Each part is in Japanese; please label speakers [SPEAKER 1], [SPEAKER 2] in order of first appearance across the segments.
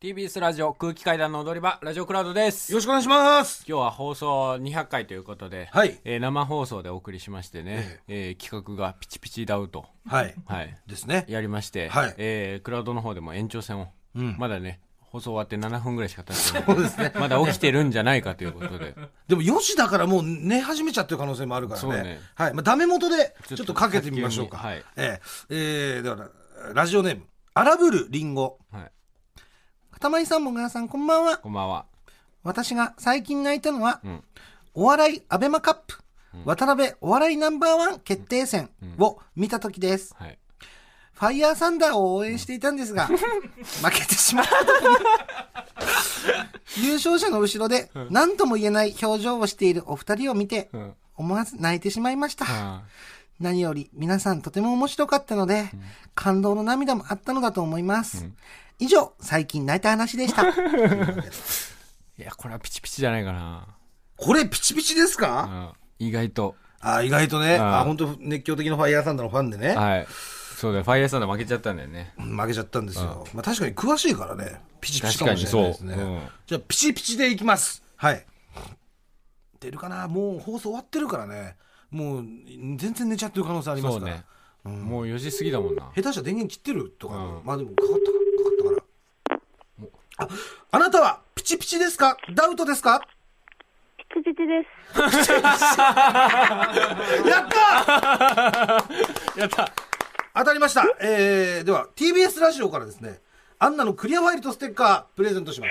[SPEAKER 1] TBS ラジオ空気階段の踊り場ラジオクラウドです
[SPEAKER 2] よろしくお願いします。
[SPEAKER 1] 今日は放送200回ということで、
[SPEAKER 2] はい
[SPEAKER 1] えー生放送でお送りしましてね、えー企画がピチピチダウト、
[SPEAKER 2] はい。
[SPEAKER 1] はい、
[SPEAKER 2] ですね。
[SPEAKER 1] やりまして、
[SPEAKER 2] はい
[SPEAKER 1] えークラウドの方でも延長戦を、
[SPEAKER 2] ん
[SPEAKER 1] まだね放送終わって7分ぐらいしか経ってない
[SPEAKER 2] そうですね。
[SPEAKER 1] まだ起きてるんじゃないかということで
[SPEAKER 2] でも4時だからもう寝始めちゃってる可能性もあるから
[SPEAKER 1] そう
[SPEAKER 2] ね。
[SPEAKER 1] ね
[SPEAKER 2] はい。まあ、ダメ元で
[SPEAKER 1] ちょっと
[SPEAKER 2] ちょっとかけてみましょうか。
[SPEAKER 1] 早急
[SPEAKER 2] えええー、では、ラジオネーム、荒ぶるりんご。
[SPEAKER 1] はい、
[SPEAKER 2] 玉井さんもがさん、こんばんは。
[SPEAKER 1] こんばんは
[SPEAKER 2] 私が最近泣いたのは、
[SPEAKER 1] ん
[SPEAKER 2] お笑いアベマカップ、渡辺お笑いナンバーワン決定戦を見た時です。
[SPEAKER 1] はい
[SPEAKER 2] ファイヤーサンダーを応援していたんですが、負けてしまった時に、優勝者の後ろで何とも言えない表情をしているお二人を見て
[SPEAKER 1] ん、
[SPEAKER 2] 思わず泣いてしまいました。
[SPEAKER 1] あ
[SPEAKER 2] 何より皆さんとても面白かったので、感動の涙もあったのだと思います。以上、最近泣いた話でした。
[SPEAKER 1] ーいやこれはピチピチじゃないかな
[SPEAKER 2] これピチピチですか、
[SPEAKER 1] うん意外と
[SPEAKER 2] あー意外とね、
[SPEAKER 1] ん
[SPEAKER 2] あー本当熱狂的なファイヤーサンダーのファンでね、
[SPEAKER 1] はいそうだよファイヤーサンダー負けちゃったんだよね
[SPEAKER 2] 負けちゃったんですよ。まあ確かに詳しいからね、ピチピチかもしれないですね。
[SPEAKER 1] 確かにそううん
[SPEAKER 2] じゃあピチピチでいきます。はい。出るかなもう放送終わってるからね。もう全然寝ちゃってる可能性あります
[SPEAKER 1] そう
[SPEAKER 2] から。
[SPEAKER 1] ね、もう4時過ぎだもんな
[SPEAKER 2] 下手したら電源切ってるとか、まあでもかかったか、かかったから。あ、あなたはピチピチですかダウトですか
[SPEAKER 3] ピチピチです。
[SPEAKER 2] やったー
[SPEAKER 1] やった
[SPEAKER 2] 当たりました。えー、では TBS ラジオからですね、アンナのクリアファイルとステッカープレゼントします。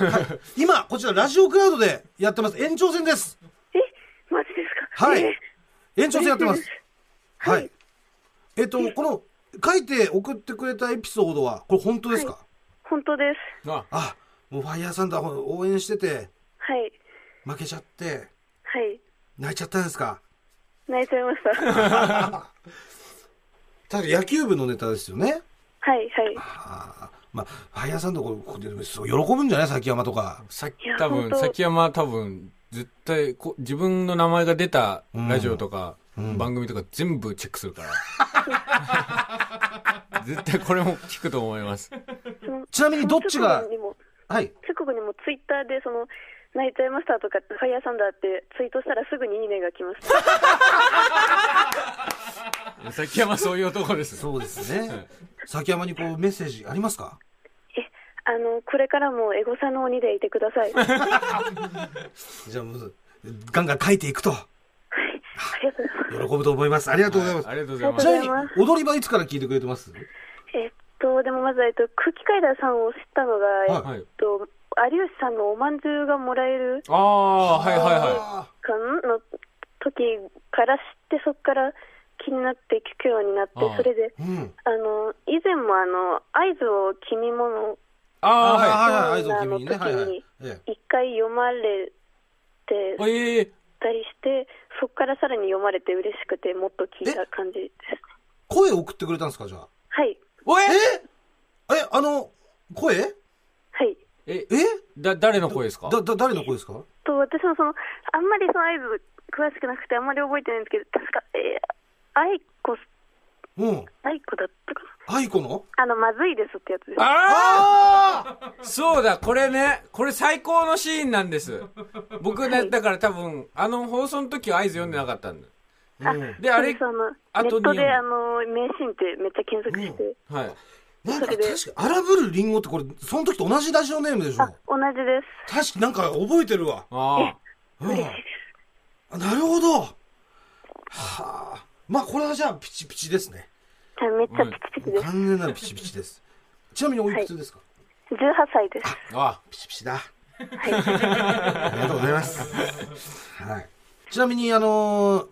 [SPEAKER 3] ありがとうございます。
[SPEAKER 2] 今、こちらラジオクラウドでやってます。延長戦です。
[SPEAKER 3] え、マジですか
[SPEAKER 2] はい
[SPEAKER 3] えー。
[SPEAKER 2] 延長戦やってます。は
[SPEAKER 3] はい
[SPEAKER 2] い。えっと、この、書いて送ってくれたエピソードは、これ本当ですか
[SPEAKER 3] 本当です。
[SPEAKER 1] あ
[SPEAKER 2] あ、もうファイヤーサンダー応援してて、
[SPEAKER 3] はい。
[SPEAKER 2] 負けちゃって、
[SPEAKER 3] はい。
[SPEAKER 2] 泣いちゃったんですか
[SPEAKER 3] 泣いちゃいまし た。はい、
[SPEAKER 2] ただ野球部のネタですよね。
[SPEAKER 3] はい。
[SPEAKER 2] あーまあ、ファイヤーサンダーこれこれ、すごい喜ぶんじゃない崎山とか。
[SPEAKER 1] さっき
[SPEAKER 3] いや
[SPEAKER 1] 多分
[SPEAKER 3] 本当
[SPEAKER 1] 崎山は多分絶対こ自分の名前が出たラジオとか、番組とか全部チェックするから 絶対これも聞くと思います
[SPEAKER 2] ちなみにどっちが
[SPEAKER 3] 直後にも、
[SPEAKER 2] はい。
[SPEAKER 3] 直後にもツイッターで、その、泣いちゃいましたとか、ファイヤーサンダーってツイートしたらすぐにいいねが来 ました。
[SPEAKER 1] 崎山そういう男です
[SPEAKER 2] そうですね。崎山にこう、メッセージありますか
[SPEAKER 3] え、あの、これからもエゴサの鬼でいてくだ さい。はい。あ
[SPEAKER 2] じゃあ、もう、ガンガン書いていくと、
[SPEAKER 3] りがとうございます。
[SPEAKER 2] 喜ぶと思います。ありがとうございます
[SPEAKER 1] あ。りがとうございま
[SPEAKER 2] ち
[SPEAKER 1] す
[SPEAKER 3] あり
[SPEAKER 2] な
[SPEAKER 3] がとうございま
[SPEAKER 2] みに、踊り場いつから聞いてくれてます
[SPEAKER 3] えっと、でもまず、えっと、空気階段さんを知ったのが、
[SPEAKER 1] はい
[SPEAKER 3] えっと、有吉さんのおまんじゅうがもらえる
[SPEAKER 1] ああはいはいは
[SPEAKER 2] あ
[SPEAKER 3] かの時から知ってそこから気になって聞くようになって
[SPEAKER 1] ああ
[SPEAKER 3] それで
[SPEAKER 2] ーうん。
[SPEAKER 3] あの以前もあの合図を君もの
[SPEAKER 1] いああはい
[SPEAKER 2] あーはいはい、合図
[SPEAKER 3] コ
[SPEAKER 2] を
[SPEAKER 3] ーナー
[SPEAKER 2] 君
[SPEAKER 3] の
[SPEAKER 2] に
[SPEAKER 3] 時
[SPEAKER 2] ね。はいはい
[SPEAKER 3] に。
[SPEAKER 2] ええ
[SPEAKER 3] 一回読まれて
[SPEAKER 1] ええ
[SPEAKER 3] たりしてそこからさらに読まれて嬉しくてもっと聞いた感じです
[SPEAKER 2] 声送ってくれたんですか、じゃあ。
[SPEAKER 3] はい
[SPEAKER 1] おえ
[SPEAKER 2] ええ、あの、声え
[SPEAKER 3] はい
[SPEAKER 1] えだ誰の声ですか
[SPEAKER 2] だ、だ、誰の声ですか
[SPEAKER 3] と私もそのあんまりその合図詳しくなくてあんまり覚えてないんですけど確かえー、あいこ
[SPEAKER 2] うん。
[SPEAKER 3] あいこだったかな
[SPEAKER 2] あいこの
[SPEAKER 3] あのまずいですってやつです
[SPEAKER 1] ああ
[SPEAKER 2] ああ
[SPEAKER 1] そうだこれねこれ最高のシーンなんです僕ねだから多分あの放送の時は合図読んでなかったんだ
[SPEAKER 2] うん。
[SPEAKER 1] であれ
[SPEAKER 3] そうですの
[SPEAKER 1] あ
[SPEAKER 3] ネ
[SPEAKER 1] と
[SPEAKER 3] ット
[SPEAKER 1] に
[SPEAKER 3] であの名シーンってめっちゃ検索して、
[SPEAKER 1] はい
[SPEAKER 2] なんか
[SPEAKER 3] それ
[SPEAKER 2] 確
[SPEAKER 3] で
[SPEAKER 2] か、荒ぶるりんごってこれ、その時と同じラジオネームでしょ
[SPEAKER 3] あ同じです
[SPEAKER 2] 確か、なんか覚えてるわ。
[SPEAKER 1] ああ
[SPEAKER 2] うん。あなるほど。はあ。まあ、これはじゃあ、ピチピチですね。
[SPEAKER 3] じゃあめっちゃピチピチです、
[SPEAKER 2] 完全なるピチピチです。ちなみにおいくつですか、
[SPEAKER 3] 18歳です
[SPEAKER 1] あ
[SPEAKER 2] ピチピチだ。ありがとうございます。はい。ちなみに、あのー、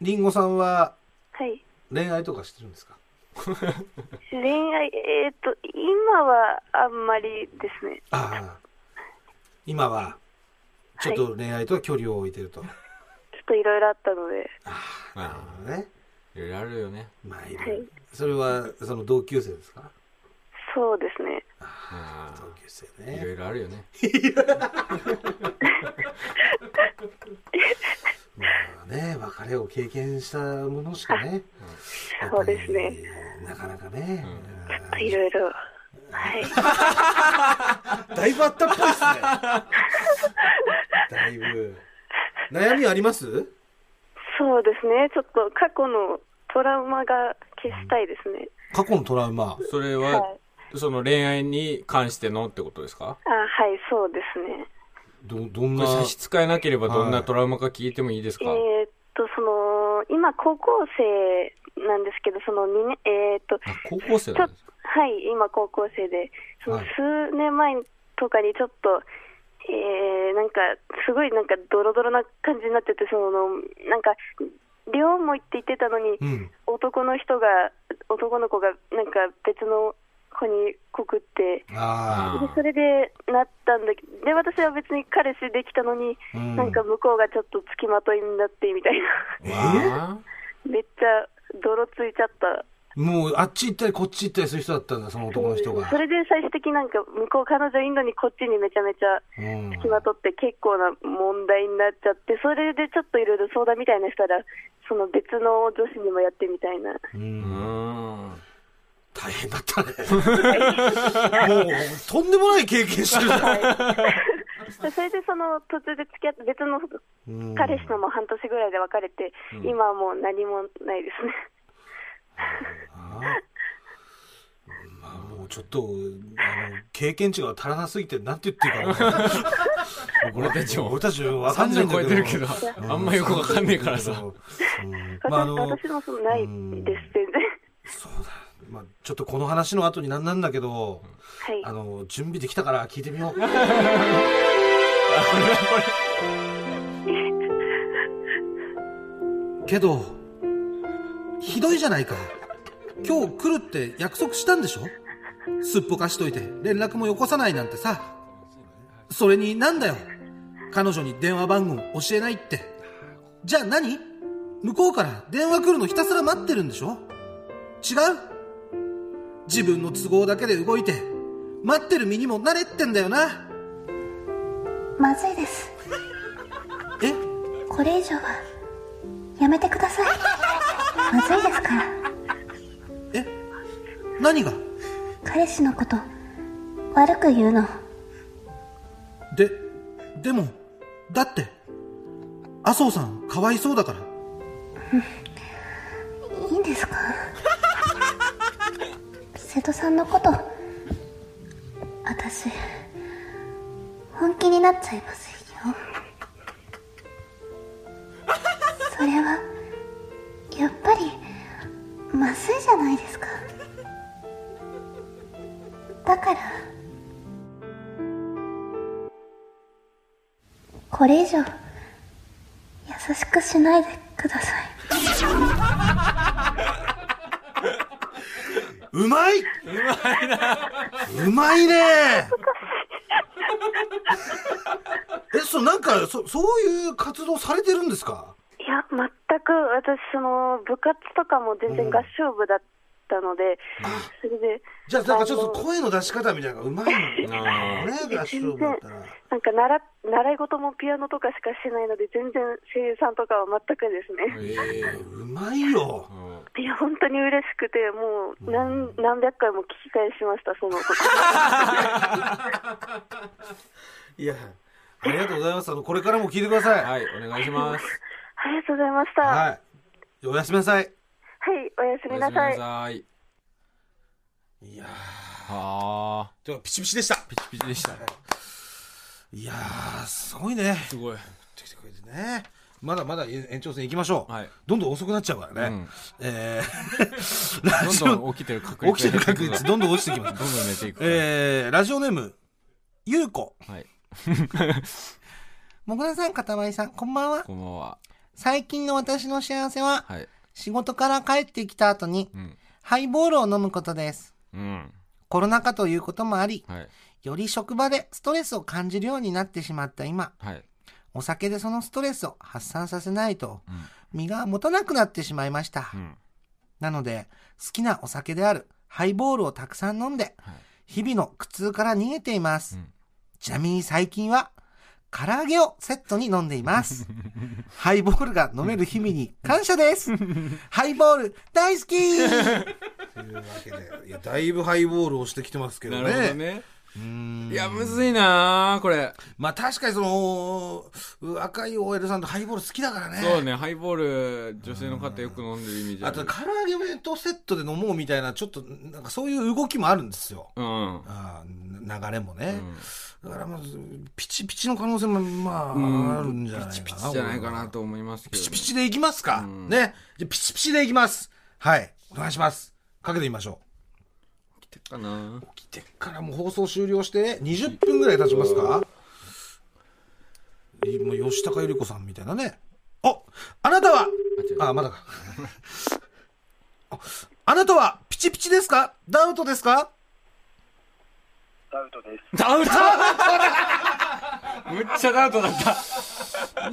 [SPEAKER 2] りんごさんは
[SPEAKER 3] はい
[SPEAKER 2] 恋愛とかしてるんですか
[SPEAKER 3] 恋愛えっ、と今はあんまりですね
[SPEAKER 2] ああ。今は、ちょっと恋愛とは距離を置いてると。
[SPEAKER 3] ちょっといろいろあったので
[SPEAKER 1] あ
[SPEAKER 2] ね。
[SPEAKER 1] いろいろあるよね。
[SPEAKER 2] まあ、い
[SPEAKER 3] はい
[SPEAKER 2] る。それは、その同級生ですか
[SPEAKER 3] そうですね
[SPEAKER 2] 同級生
[SPEAKER 1] いろ
[SPEAKER 2] ね。
[SPEAKER 1] いろあるよね。
[SPEAKER 2] まあね、別れを経験したものしかね。
[SPEAKER 3] そうですね
[SPEAKER 2] やっぱり。なかなかね。
[SPEAKER 3] いろいろはい。
[SPEAKER 2] だいぶあったっぽいっす ね。だいぶ。悩みあります
[SPEAKER 3] そうですね。ちょっと過去のトラウマが消したいですね。
[SPEAKER 2] 過去のトラウマ。
[SPEAKER 1] それ
[SPEAKER 3] はい。
[SPEAKER 1] は、その恋愛に関してのってことですか
[SPEAKER 3] あ、はい、そうですね。
[SPEAKER 2] ど、どん
[SPEAKER 1] こ
[SPEAKER 2] な
[SPEAKER 1] れ。差し支えなければどんなトラウマか聞いてもいいですか、
[SPEAKER 3] えーっと、その、今、高校生なんですけど、その2年、えーっと、
[SPEAKER 1] あ高校生
[SPEAKER 3] ちょ
[SPEAKER 1] な
[SPEAKER 3] っ
[SPEAKER 1] んですか
[SPEAKER 3] はい、今、高校生で、その
[SPEAKER 2] はい
[SPEAKER 3] 数年前とかにちょっと、えー、なんか、すごいなんか、ドロドロな感じになってて、その、なんか、両思いって言ってたのに、
[SPEAKER 2] うん。
[SPEAKER 3] 男の人が、男の子が、なんか、別の子に告って、
[SPEAKER 2] あ
[SPEAKER 3] でそれでなったんだけど、で、私は別に彼氏できたのに、
[SPEAKER 2] あ。うん
[SPEAKER 3] なんか向こうがちょっと付きまといにな ってみたい
[SPEAKER 2] え
[SPEAKER 1] わあ
[SPEAKER 3] な、めっちゃ泥ついちゃった、
[SPEAKER 2] もう、あっち行ったりこっち行ったりする人だったんだ、その男の人が
[SPEAKER 3] そ。れで最終的になんか向こう、彼女インドにこっちにめちゃめちゃ
[SPEAKER 2] うん。
[SPEAKER 3] 付きまとって、結構な問題になっちゃって、それでちょっといろいろ相談みたいなしたら、その別の女子にもやってみたいな、
[SPEAKER 2] う。
[SPEAKER 1] うんん
[SPEAKER 2] 大変だったね。もう、とんでもない経験してるじゃん。
[SPEAKER 3] でそれでその途中で付き合って、別の
[SPEAKER 2] うん
[SPEAKER 3] 彼氏とも半年ぐらいで別れて、今はもう何もないですね。
[SPEAKER 2] まあ、もうちょっと、あの、経験値が足らなすぎて、なんて言っていいかわかんない
[SPEAKER 1] 俺たちも
[SPEAKER 2] 俺たちもわかんないん
[SPEAKER 1] 30
[SPEAKER 2] だ
[SPEAKER 1] 超
[SPEAKER 2] け
[SPEAKER 1] え
[SPEAKER 2] ど。
[SPEAKER 1] てるけど、
[SPEAKER 2] う
[SPEAKER 1] あんまよくわかんねえからさ。
[SPEAKER 2] うん
[SPEAKER 3] 私
[SPEAKER 2] まあ、あの、
[SPEAKER 3] 私もそのないです、全然。
[SPEAKER 2] そうだ。まあ、ちょっとこの話の後になんなんだけど、
[SPEAKER 3] はい
[SPEAKER 2] あの、準備できたから聞いてみ よう。けど、ひどいじゃないか。今日来るって約束したんでしょすっぽかしといて連絡もよこさないなんてさ。それになんだよ。彼女に電話番号教えないって。じゃあ何向こうから電話来るのひたすら待ってるんでしょ違う自分の都合だけで動いて待ってる身にも慣れってんだよな
[SPEAKER 4] まずいです
[SPEAKER 2] え
[SPEAKER 4] これ以上はやめてくださいまずいですから
[SPEAKER 2] え何が
[SPEAKER 4] 彼氏のこと悪く言うの
[SPEAKER 2] ででもだって麻生さんかわいそうだから
[SPEAKER 4] いいんですか瀬戸さんのこと私本気になっちゃいますよそれはやっぱり麻酔じゃないですかだからこれ以上優しくしないでください
[SPEAKER 2] うまいうま いなうまいねえそうなんかそそういう活動されてるんですか
[SPEAKER 3] いや、全く私、その部活とかも全然合唱部だったので、それで、
[SPEAKER 2] じゃあなんかちょっと
[SPEAKER 3] あの
[SPEAKER 2] 声の出し方みたいなのがうまいの
[SPEAKER 1] あ
[SPEAKER 2] 俺が勝負だったら
[SPEAKER 3] なんか習習い事もピアノとかしかしてないので、全然声優さんとかは全くですね。
[SPEAKER 1] ええ
[SPEAKER 2] うまいよ
[SPEAKER 1] うん
[SPEAKER 3] いや、本当に嬉しくて、もう何何百回も聞き返しました、そのこと。
[SPEAKER 2] いや、ありがとうございます。あの、これからも聞いてください。
[SPEAKER 1] はい、お願いします。
[SPEAKER 3] ありがとうございました。はい、
[SPEAKER 2] はい。おやすみなさい。
[SPEAKER 3] おやす
[SPEAKER 1] おやす
[SPEAKER 3] みな
[SPEAKER 1] みな
[SPEAKER 3] さい。
[SPEAKER 1] さい。
[SPEAKER 2] いや
[SPEAKER 1] はあ、
[SPEAKER 2] ー、ピチピチでした。
[SPEAKER 1] ピチピチでした。
[SPEAKER 2] いやー、すごいね。
[SPEAKER 1] すごい。
[SPEAKER 2] てきてくれてね。まだまだ延長戦行きましょう。
[SPEAKER 1] はい
[SPEAKER 2] どんどん遅くなっちゃうからね。
[SPEAKER 1] うん
[SPEAKER 2] えー、 ラジ
[SPEAKER 1] どん
[SPEAKER 2] オ、
[SPEAKER 1] どん起きてる確率
[SPEAKER 2] 起きてる確率、どんどん落ちてき
[SPEAKER 1] ど
[SPEAKER 2] ま
[SPEAKER 1] ん
[SPEAKER 2] す。
[SPEAKER 1] どん寝ていくから。
[SPEAKER 2] えー、ラジオネーム、ゆうこ。
[SPEAKER 1] はい。
[SPEAKER 5] もぐらさん、かたまりさん、こんばんは。
[SPEAKER 1] こんばんは。
[SPEAKER 5] 最近の私の幸せは、
[SPEAKER 1] はい。
[SPEAKER 5] 仕事から帰ってきた後に、
[SPEAKER 1] うん。
[SPEAKER 5] ハイボールを飲むことです。
[SPEAKER 1] うん。
[SPEAKER 5] コロナ禍ということもあり、
[SPEAKER 1] はい。
[SPEAKER 5] より職場でストレスを感じるようになってしまった今、
[SPEAKER 1] はい。
[SPEAKER 5] お酒でそのストレスを発散させないと
[SPEAKER 1] うん、
[SPEAKER 5] 身が持たなくなってしまいました
[SPEAKER 1] う。ん。
[SPEAKER 5] なので、好きなお酒であるハイボールをたくさん飲んで、
[SPEAKER 1] はい。
[SPEAKER 5] 日々の苦痛から逃げています。
[SPEAKER 1] うん
[SPEAKER 5] ちなみに最近は、唐揚げをセットに飲んでい ます。ハイボールが飲める日々に感謝です。ハイボール大好きいうわけで。
[SPEAKER 2] いやだいぶハイボールをしてきてますけ
[SPEAKER 1] な
[SPEAKER 2] ど
[SPEAKER 1] るほど
[SPEAKER 2] ね
[SPEAKER 1] ね。
[SPEAKER 2] うーん
[SPEAKER 1] いや、むずいなーこれ。
[SPEAKER 2] まあ確かにその若い OL さんとハイボール好きだからね
[SPEAKER 1] そうね、ハイボール、女性の方よく飲んでるイメージあ
[SPEAKER 2] あ
[SPEAKER 1] る
[SPEAKER 2] と。唐揚げ弁当セットで飲もうみたいなちょっとなんかそういう動きもあるんですよ
[SPEAKER 1] うん。
[SPEAKER 2] あー流れもね、だからまずピチピチの可能性もまああるんじゃないかな、
[SPEAKER 1] ピチピチじゃないかなと思いますけ
[SPEAKER 2] ピ
[SPEAKER 1] ど
[SPEAKER 2] チ
[SPEAKER 1] ね。
[SPEAKER 2] ピチでいきますか、ねじゃあピチピチでいきますはいお願いしますかけてみましょ
[SPEAKER 1] 来てっかな
[SPEAKER 2] う来てからもう放送終了して20分ぐらい経ちますかいもう吉高由里子さんみたいなねおあなたはあまだかああなたはピチピチですかダウトですか
[SPEAKER 6] ダウトです。
[SPEAKER 1] ダウト むっちゃダウトだった。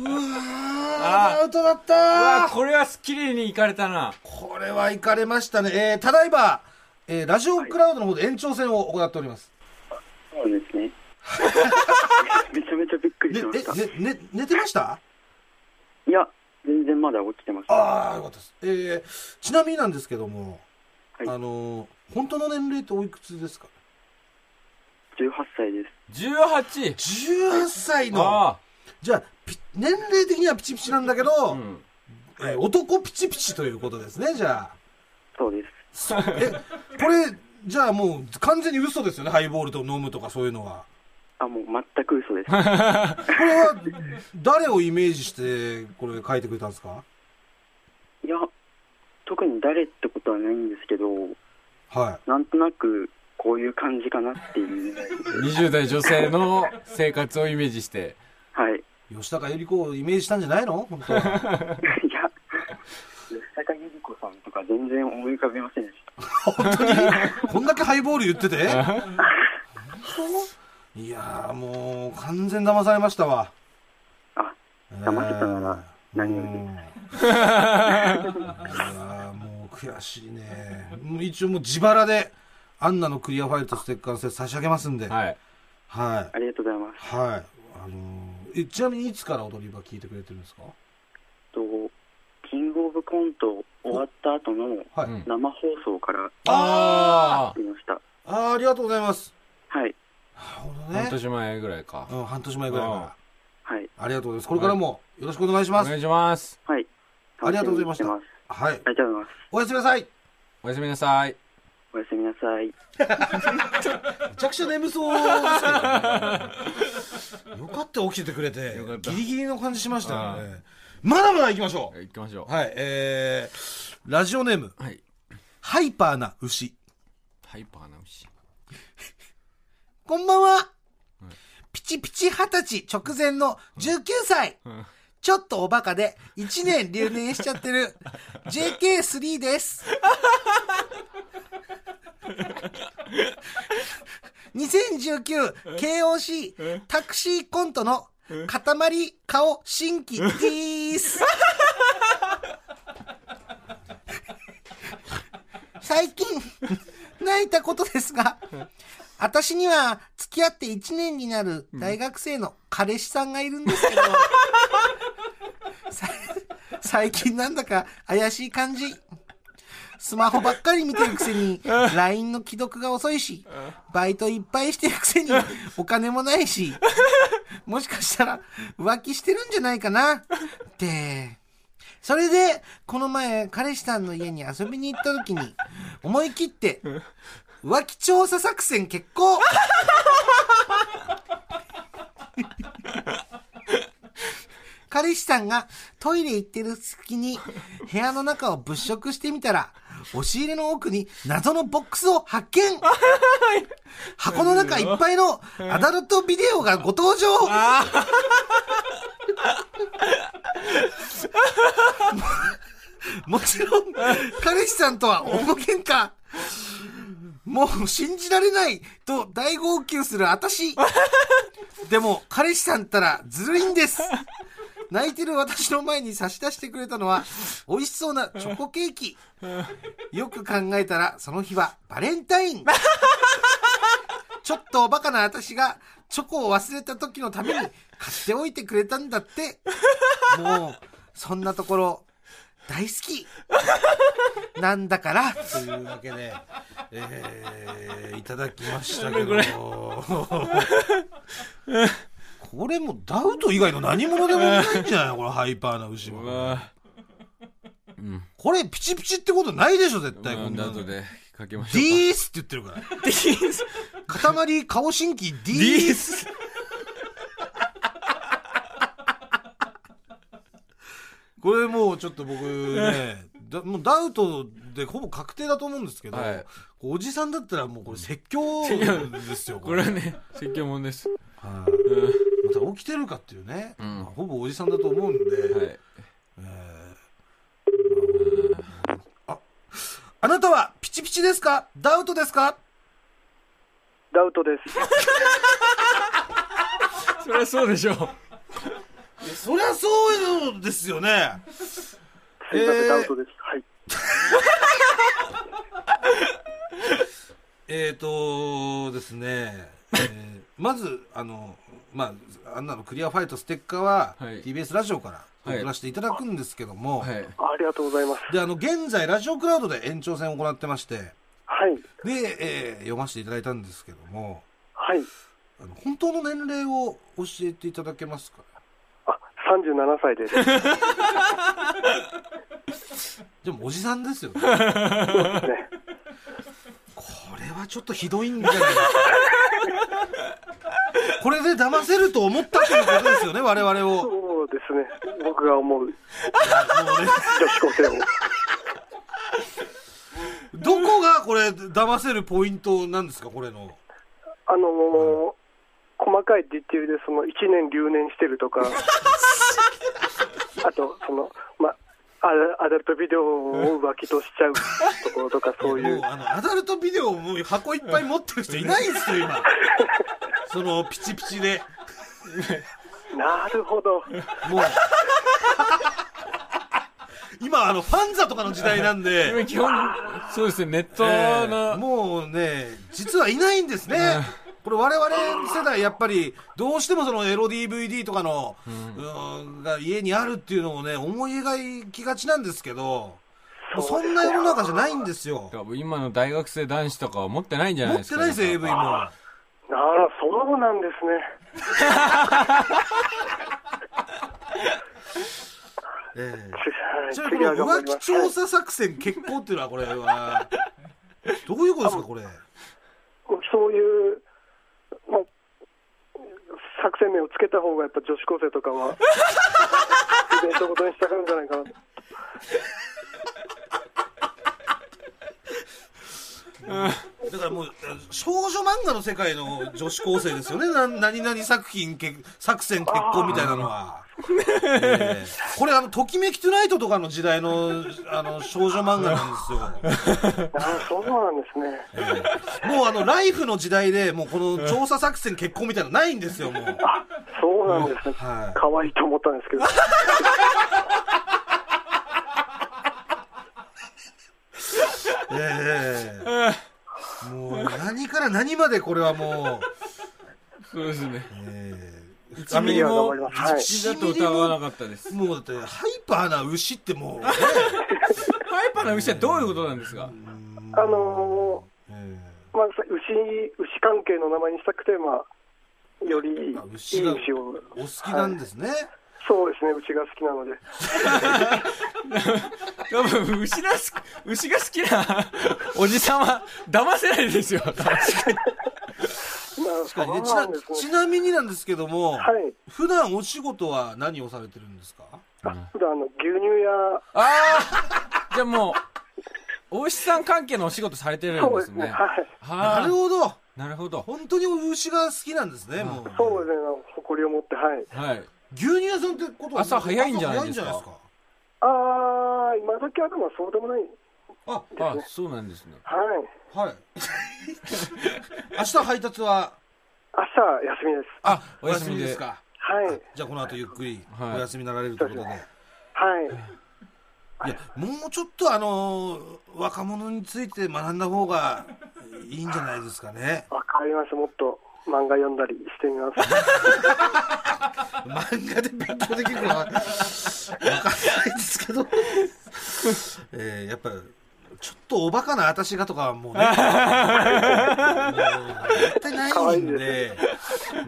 [SPEAKER 2] ダウトだった
[SPEAKER 1] うわ、これはスッキリに行かれたな。
[SPEAKER 2] これは行かれましたね。えー、ただいま、えーラジオクラウドの方で延長戦を行っております。
[SPEAKER 6] そうですね。めちゃめちゃびっくり
[SPEAKER 2] ね
[SPEAKER 6] しました。、
[SPEAKER 2] え、ね、ね、寝てました
[SPEAKER 6] いや、全然まだ起きてます。
[SPEAKER 2] ああ、よかったです。えー、ちなみになんですけども、
[SPEAKER 6] はい
[SPEAKER 2] あのー本当の年齢っておいくつですか
[SPEAKER 6] 18歳です。
[SPEAKER 1] 18!
[SPEAKER 2] ?18 歳の、
[SPEAKER 1] あ
[SPEAKER 2] じゃあ、ピ年齢的にはピチピチなんだけど、
[SPEAKER 1] あ。うん。
[SPEAKER 2] えー男ピチピチということですね、じゃあ。
[SPEAKER 6] そうです。
[SPEAKER 2] そえ、これ、じゃあもう完全に嘘ですよね、ハイボールと飲むとかそういうのは。
[SPEAKER 6] あ、もう全く嘘です。あ
[SPEAKER 2] これは、誰をイメージして、これ書いてくれたんですか
[SPEAKER 6] いや、特に誰ってことはないんですけど、
[SPEAKER 2] は
[SPEAKER 6] なんとなくこういう感じかなっていう。
[SPEAKER 1] 20代女性の生活をイメージして。
[SPEAKER 6] はい。
[SPEAKER 2] い。吉高由里子をイメージしたんじゃないの本当
[SPEAKER 6] いや、吉高由里子さんとか全然思い浮かびませんでし
[SPEAKER 2] こんだけハイボール言ってていやーもう、完全騙されましたわ。
[SPEAKER 6] た。あ、騙せたなら何より
[SPEAKER 2] えーうんいやーもう悔しいね。もう一応もう自腹で、アンナのクリアファイルとステッカーのセット差し上げますんで。は
[SPEAKER 1] は
[SPEAKER 2] い。
[SPEAKER 1] い。
[SPEAKER 2] はい。
[SPEAKER 6] ありがとうございます。
[SPEAKER 2] あのーえちなみにいつから踊り場聞いてくれてるんですか
[SPEAKER 6] と、キングオブコント終わった後の
[SPEAKER 2] はい。
[SPEAKER 1] うん
[SPEAKER 6] 生放送から
[SPEAKER 1] あ
[SPEAKER 6] 見ました。
[SPEAKER 2] あーありがとうございます。
[SPEAKER 6] はい。
[SPEAKER 2] なるほ
[SPEAKER 1] あ
[SPEAKER 2] どね
[SPEAKER 1] 半。年前ぐらいか。
[SPEAKER 2] うん、半年前ぐらいから。
[SPEAKER 6] はい。
[SPEAKER 2] ありがとうございます。これからもよろしくお願いし
[SPEAKER 1] お
[SPEAKER 2] ます。
[SPEAKER 1] 願いします。
[SPEAKER 6] はい。
[SPEAKER 2] ありがとうございました
[SPEAKER 6] 楽みにて
[SPEAKER 2] はい
[SPEAKER 6] ます。あ。りがとうございます。
[SPEAKER 2] おやすみなさい。
[SPEAKER 1] おやすみなさい。
[SPEAKER 6] おやすみなさい。
[SPEAKER 2] めちゃくちゃ眠そうですけどね よかった、起きててくれて
[SPEAKER 1] よかっ。た
[SPEAKER 2] ギリギリの感じしましたよね。まだまだ行きましょ
[SPEAKER 1] 行きましょ
[SPEAKER 2] う。はい、えー、ラジオネーム、
[SPEAKER 1] う。はい。
[SPEAKER 2] ハイパーな牛。
[SPEAKER 1] ハイパーな牛。
[SPEAKER 5] こんばんは。ピチピチ二十歳直前の19歳。ちょっとおバカで1年留年しちゃってる JK3 です。2019 KOC タクシーコントの塊顔新規でーす。最近、泣いたことですが、私には付き合って1年になる大学生の彼氏さんがいるんですけど、さ最近なんだか怪しい感じ。スマホばっかり見てるくせに、LINE の既読が遅いし、バイトいっぱいしてるくせに、お金もないし、もしかしたら浮気してるんじゃないかなって。それで、この前、彼氏さんの家に遊びに行った時に、思い切って、浮気調査作戦決行彼氏さんがトイレ行ってる隙に部屋の中を物色してみたら、押し入れの奥に謎のボックスを発見箱の中いっぱいのアダルトビデオがご登場もちろん、彼氏さんとは大喧嘩。もう信じられないと大号泣する私。でも、彼氏さんったらずるいんです。泣いてる私の前に差し出してくれたのは、美味しそうなチョコケーキ。よく考えたら、その日はバレンタイン。ちょっとおバカな私が、チョコを忘れた時のために買っておいてくれたんだって。もう、そんなところ、大好きなんだからというわ けで、えーいただきましたけどこれもうダウト以外の何者でもないんじ ゃないのこれハイパーな牛
[SPEAKER 1] う
[SPEAKER 5] も
[SPEAKER 1] わ
[SPEAKER 5] これピチピチってことないでしょ絶対
[SPEAKER 1] う
[SPEAKER 5] こ
[SPEAKER 1] んん
[SPEAKER 5] な
[SPEAKER 1] だ
[SPEAKER 5] の
[SPEAKER 1] と
[SPEAKER 5] デ
[SPEAKER 1] でかけましょう
[SPEAKER 5] ィースって言ってるから
[SPEAKER 1] ディース
[SPEAKER 5] 塊顔神器ディ
[SPEAKER 1] ディ
[SPEAKER 5] ー
[SPEAKER 1] ー
[SPEAKER 5] ス
[SPEAKER 1] ス
[SPEAKER 5] これもうちょっと僕ねだもうダウトでほぼ確定だと思うんですけど、
[SPEAKER 1] はい
[SPEAKER 5] おじさんだったらもうこれ説教ですよこ
[SPEAKER 1] こ
[SPEAKER 5] れ
[SPEAKER 1] れはね説教もんです
[SPEAKER 5] はいまた起きてるかっていうね、
[SPEAKER 1] うん
[SPEAKER 5] まあほぼおじさんだと思うんで、
[SPEAKER 1] はい
[SPEAKER 5] あなたはピチピチですかダウトですか
[SPEAKER 6] ダウトです。
[SPEAKER 1] そりゃそうでしょう
[SPEAKER 5] そりゃそうですよね
[SPEAKER 6] すいません、
[SPEAKER 5] えー
[SPEAKER 6] ダウトです。はい。
[SPEAKER 5] えーとですね、えーまずあのまああんなのクリアファイルとステッカーは、
[SPEAKER 1] はい
[SPEAKER 5] TBS ラジオから
[SPEAKER 1] はい
[SPEAKER 5] 送らせていただくんですけども、
[SPEAKER 1] はい
[SPEAKER 6] ありがとうございます。
[SPEAKER 5] であの現在ラジオクラウドで延長戦を行ってまして
[SPEAKER 6] はい。
[SPEAKER 5] で、えー読ませていただいたんですけども
[SPEAKER 6] はい。
[SPEAKER 5] あの本当の年齢を教えていただけますか
[SPEAKER 6] あ、37歳です。 ね。
[SPEAKER 5] でもおじさんですよねこれはちょっとひどいんじゃないですか これで騙せると思ったということですよね我々を
[SPEAKER 6] そうですね。僕が思う
[SPEAKER 5] もうね
[SPEAKER 6] 女子高生を。
[SPEAKER 5] どこがこれ騙せるポイントなんですかこれの
[SPEAKER 6] あのー細かいディテールで、その、1年留年してる とか、あと、その、ま、アダアダルトビデオを浮気としちゃうところとか、そうい
[SPEAKER 5] もう
[SPEAKER 6] う。
[SPEAKER 5] あのアダルトビデオをもう箱いっぱい持ってる人いないんですよ今そのピチピチで
[SPEAKER 6] なるほど。
[SPEAKER 5] もう今あのファンザとかの時代なんで
[SPEAKER 1] 今基本そうですねネット
[SPEAKER 5] ええ
[SPEAKER 1] の
[SPEAKER 5] もうね実はいないんですね、これ我々世代やっぱりどうしてもそのエロ DVD とかの、うんが家にあるっていうのをね思い描きがちなんですけどもうそんな世の中じゃないんですよ
[SPEAKER 1] 多分今の大学生男子とかは持ってないんじゃない
[SPEAKER 5] 持っ
[SPEAKER 1] です
[SPEAKER 5] て
[SPEAKER 1] か
[SPEAKER 5] ないですよ AV も
[SPEAKER 6] なら、そうなんですね。
[SPEAKER 5] ええ
[SPEAKER 6] はい
[SPEAKER 5] ちなみにこ
[SPEAKER 6] 次は頑張
[SPEAKER 5] の
[SPEAKER 6] り
[SPEAKER 5] 浮
[SPEAKER 6] ま
[SPEAKER 5] 気
[SPEAKER 6] す
[SPEAKER 5] 調査作戦決行っていうのはこれはどういうことですかこれ
[SPEAKER 6] そういう、まあ、作戦名をつけた方がやっぱ女子高生とかは、イベントごとにしたがるんじゃないかな。
[SPEAKER 5] だからもう少女漫画の世界の女子高生ですよねな何々作品け作戦結婚みたいなのは、ええこれあの「ときめきトゥナイト」とかの時代のあの少女漫画なんですよ
[SPEAKER 6] ああ、そうなんですね。
[SPEAKER 5] もうあのライフの時代でもうこの調査作戦結婚みたいなのないんですよもう
[SPEAKER 6] そうなんですね。
[SPEAKER 5] はい
[SPEAKER 6] 可愛いと思ったんです けど。
[SPEAKER 5] ええもう何から何までこれはもう、
[SPEAKER 1] そうですね
[SPEAKER 5] ええ
[SPEAKER 1] 1ミリも
[SPEAKER 6] 頑張りますはい
[SPEAKER 1] 口だと歌わなかったです
[SPEAKER 5] もうだってハイパーな牛ってもうね、
[SPEAKER 1] ハイパーな牛はどういうことなんですか
[SPEAKER 6] あの
[SPEAKER 5] え
[SPEAKER 6] ーまあ、牛、牛関係の名前にしたくて、まあ、よりいいいい
[SPEAKER 5] あ
[SPEAKER 6] 牛
[SPEAKER 5] 牛が
[SPEAKER 6] を。
[SPEAKER 5] えお好きなんですね、
[SPEAKER 6] そうですね、牛が好きなので。
[SPEAKER 1] 多分牛が好き牛が好きなおじさんは騙せないですよ
[SPEAKER 6] まあ、
[SPEAKER 5] 確かにね
[SPEAKER 6] そうなんで
[SPEAKER 5] ちな
[SPEAKER 6] す
[SPEAKER 5] ち
[SPEAKER 6] ね。
[SPEAKER 5] なみになんですけども、
[SPEAKER 6] はい。
[SPEAKER 5] 普段お仕事は何をされてるんですか
[SPEAKER 6] 普段あの、牛乳や、
[SPEAKER 1] ああじゃあもうお牛さん関係のお仕事されてるん
[SPEAKER 6] そう
[SPEAKER 1] で
[SPEAKER 6] ですすね。
[SPEAKER 1] ね
[SPEAKER 6] はい。
[SPEAKER 1] は
[SPEAKER 5] なる
[SPEAKER 1] あ
[SPEAKER 5] ほど
[SPEAKER 1] なるほど
[SPEAKER 5] 本当にお牛が好きなんですねもう
[SPEAKER 6] そうですね、あの誇りを持って、はい。
[SPEAKER 1] はい
[SPEAKER 5] 牛乳屋さんってことは
[SPEAKER 1] 朝早いんじゃないですか
[SPEAKER 5] 朝早いん
[SPEAKER 6] ああ、今時はでもそうでもない。
[SPEAKER 5] じ
[SPEAKER 1] あそうなんですね
[SPEAKER 5] ゃ
[SPEAKER 6] はい。
[SPEAKER 5] ないですかあはい 明日配達は
[SPEAKER 6] 明日休みです。
[SPEAKER 1] あ
[SPEAKER 5] お休みですか
[SPEAKER 6] はい。
[SPEAKER 5] じゃあこの後ゆっくり
[SPEAKER 1] はい
[SPEAKER 5] お休みになられるということで、い、
[SPEAKER 6] はい。
[SPEAKER 5] やもうちょっとあのー若者について学んだ方がいいんじゃないですかね
[SPEAKER 6] わかりました。もっと漫画読んだりしてみます。
[SPEAKER 5] 漫画で勉強できるのは分かんないですけどえーやっぱ、ちょっとおバカな私がとかはもうね、もう絶対ないんで、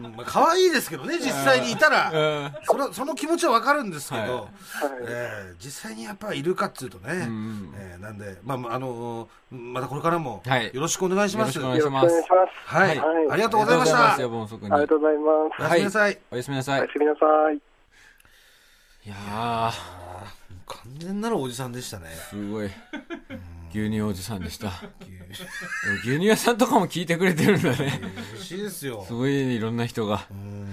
[SPEAKER 5] うんまあ可愛いですけどね、実際にいたら。
[SPEAKER 1] うん
[SPEAKER 5] それその気持ちはわかるんですけど、
[SPEAKER 1] はい
[SPEAKER 5] えー実際にやっぱいるかっつうとね、
[SPEAKER 1] ん
[SPEAKER 5] えーなんで、まあまあ、あのーまたこれからも
[SPEAKER 1] はい
[SPEAKER 5] よろしくお願いし
[SPEAKER 1] よ
[SPEAKER 5] ま
[SPEAKER 1] ろし
[SPEAKER 5] す。
[SPEAKER 1] くお
[SPEAKER 5] は
[SPEAKER 1] 願
[SPEAKER 5] い
[SPEAKER 1] い
[SPEAKER 6] よ
[SPEAKER 1] し
[SPEAKER 6] ろしくお
[SPEAKER 1] ま
[SPEAKER 6] 願い
[SPEAKER 1] す
[SPEAKER 6] し。ます。
[SPEAKER 5] ありがとうございました。
[SPEAKER 1] よ、ボンソ君
[SPEAKER 6] あり
[SPEAKER 1] に
[SPEAKER 6] が。とうございます。
[SPEAKER 5] おやすみなさい。
[SPEAKER 1] おやすみなさ
[SPEAKER 6] お
[SPEAKER 1] い
[SPEAKER 6] や。すみなさい。
[SPEAKER 1] いやー、
[SPEAKER 5] 完全なるおじさんでしたね。
[SPEAKER 1] すごい。牛乳おじさんでした。でも牛乳屋さんとかも聞いてくれてるんだね。
[SPEAKER 5] 嬉しいですよ
[SPEAKER 1] す。ごいいろんな人が。
[SPEAKER 5] うん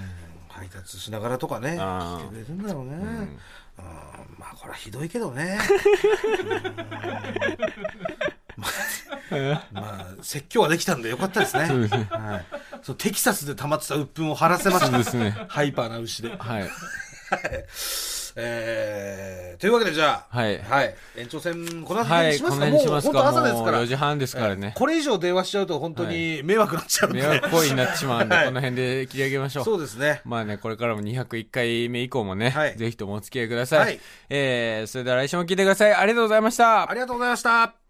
[SPEAKER 5] 配達しながらとかね、
[SPEAKER 1] あー
[SPEAKER 5] 聞いてくれるんだろうね。うんまあこれはひどいけどね。うんまあ、まあ説教はできたんでよかったですね。
[SPEAKER 1] そうですね
[SPEAKER 5] はい、そのテキサスで溜まってた鬱憤を晴らせまし
[SPEAKER 1] そう
[SPEAKER 5] た。
[SPEAKER 1] ですね。
[SPEAKER 5] ハイパーな牛で。
[SPEAKER 1] はい。
[SPEAKER 5] えー、というわけでじゃあ、
[SPEAKER 1] はい
[SPEAKER 5] 延長戦、この辺
[SPEAKER 1] は
[SPEAKER 5] に
[SPEAKER 1] い、
[SPEAKER 5] し
[SPEAKER 1] この
[SPEAKER 5] ますか、
[SPEAKER 1] 辺に
[SPEAKER 5] もう
[SPEAKER 1] します
[SPEAKER 5] 本
[SPEAKER 1] か。
[SPEAKER 5] 当
[SPEAKER 1] も
[SPEAKER 5] 朝です
[SPEAKER 1] う
[SPEAKER 5] から
[SPEAKER 1] 4時半ですからね。
[SPEAKER 5] これ以上電話しちゃうと本当に迷惑になっちゃうんで、
[SPEAKER 1] 迷惑行為になってしまうんで、
[SPEAKER 5] はい
[SPEAKER 1] この辺で切り上げましょう。
[SPEAKER 5] そうですね。
[SPEAKER 1] まあね、これからも201回目以降もね、
[SPEAKER 5] はい
[SPEAKER 1] ぜひともお付き合いください。
[SPEAKER 5] はい
[SPEAKER 1] えー、それでは来週も聞いてください。ありがとうございました。
[SPEAKER 5] ありがとうございました。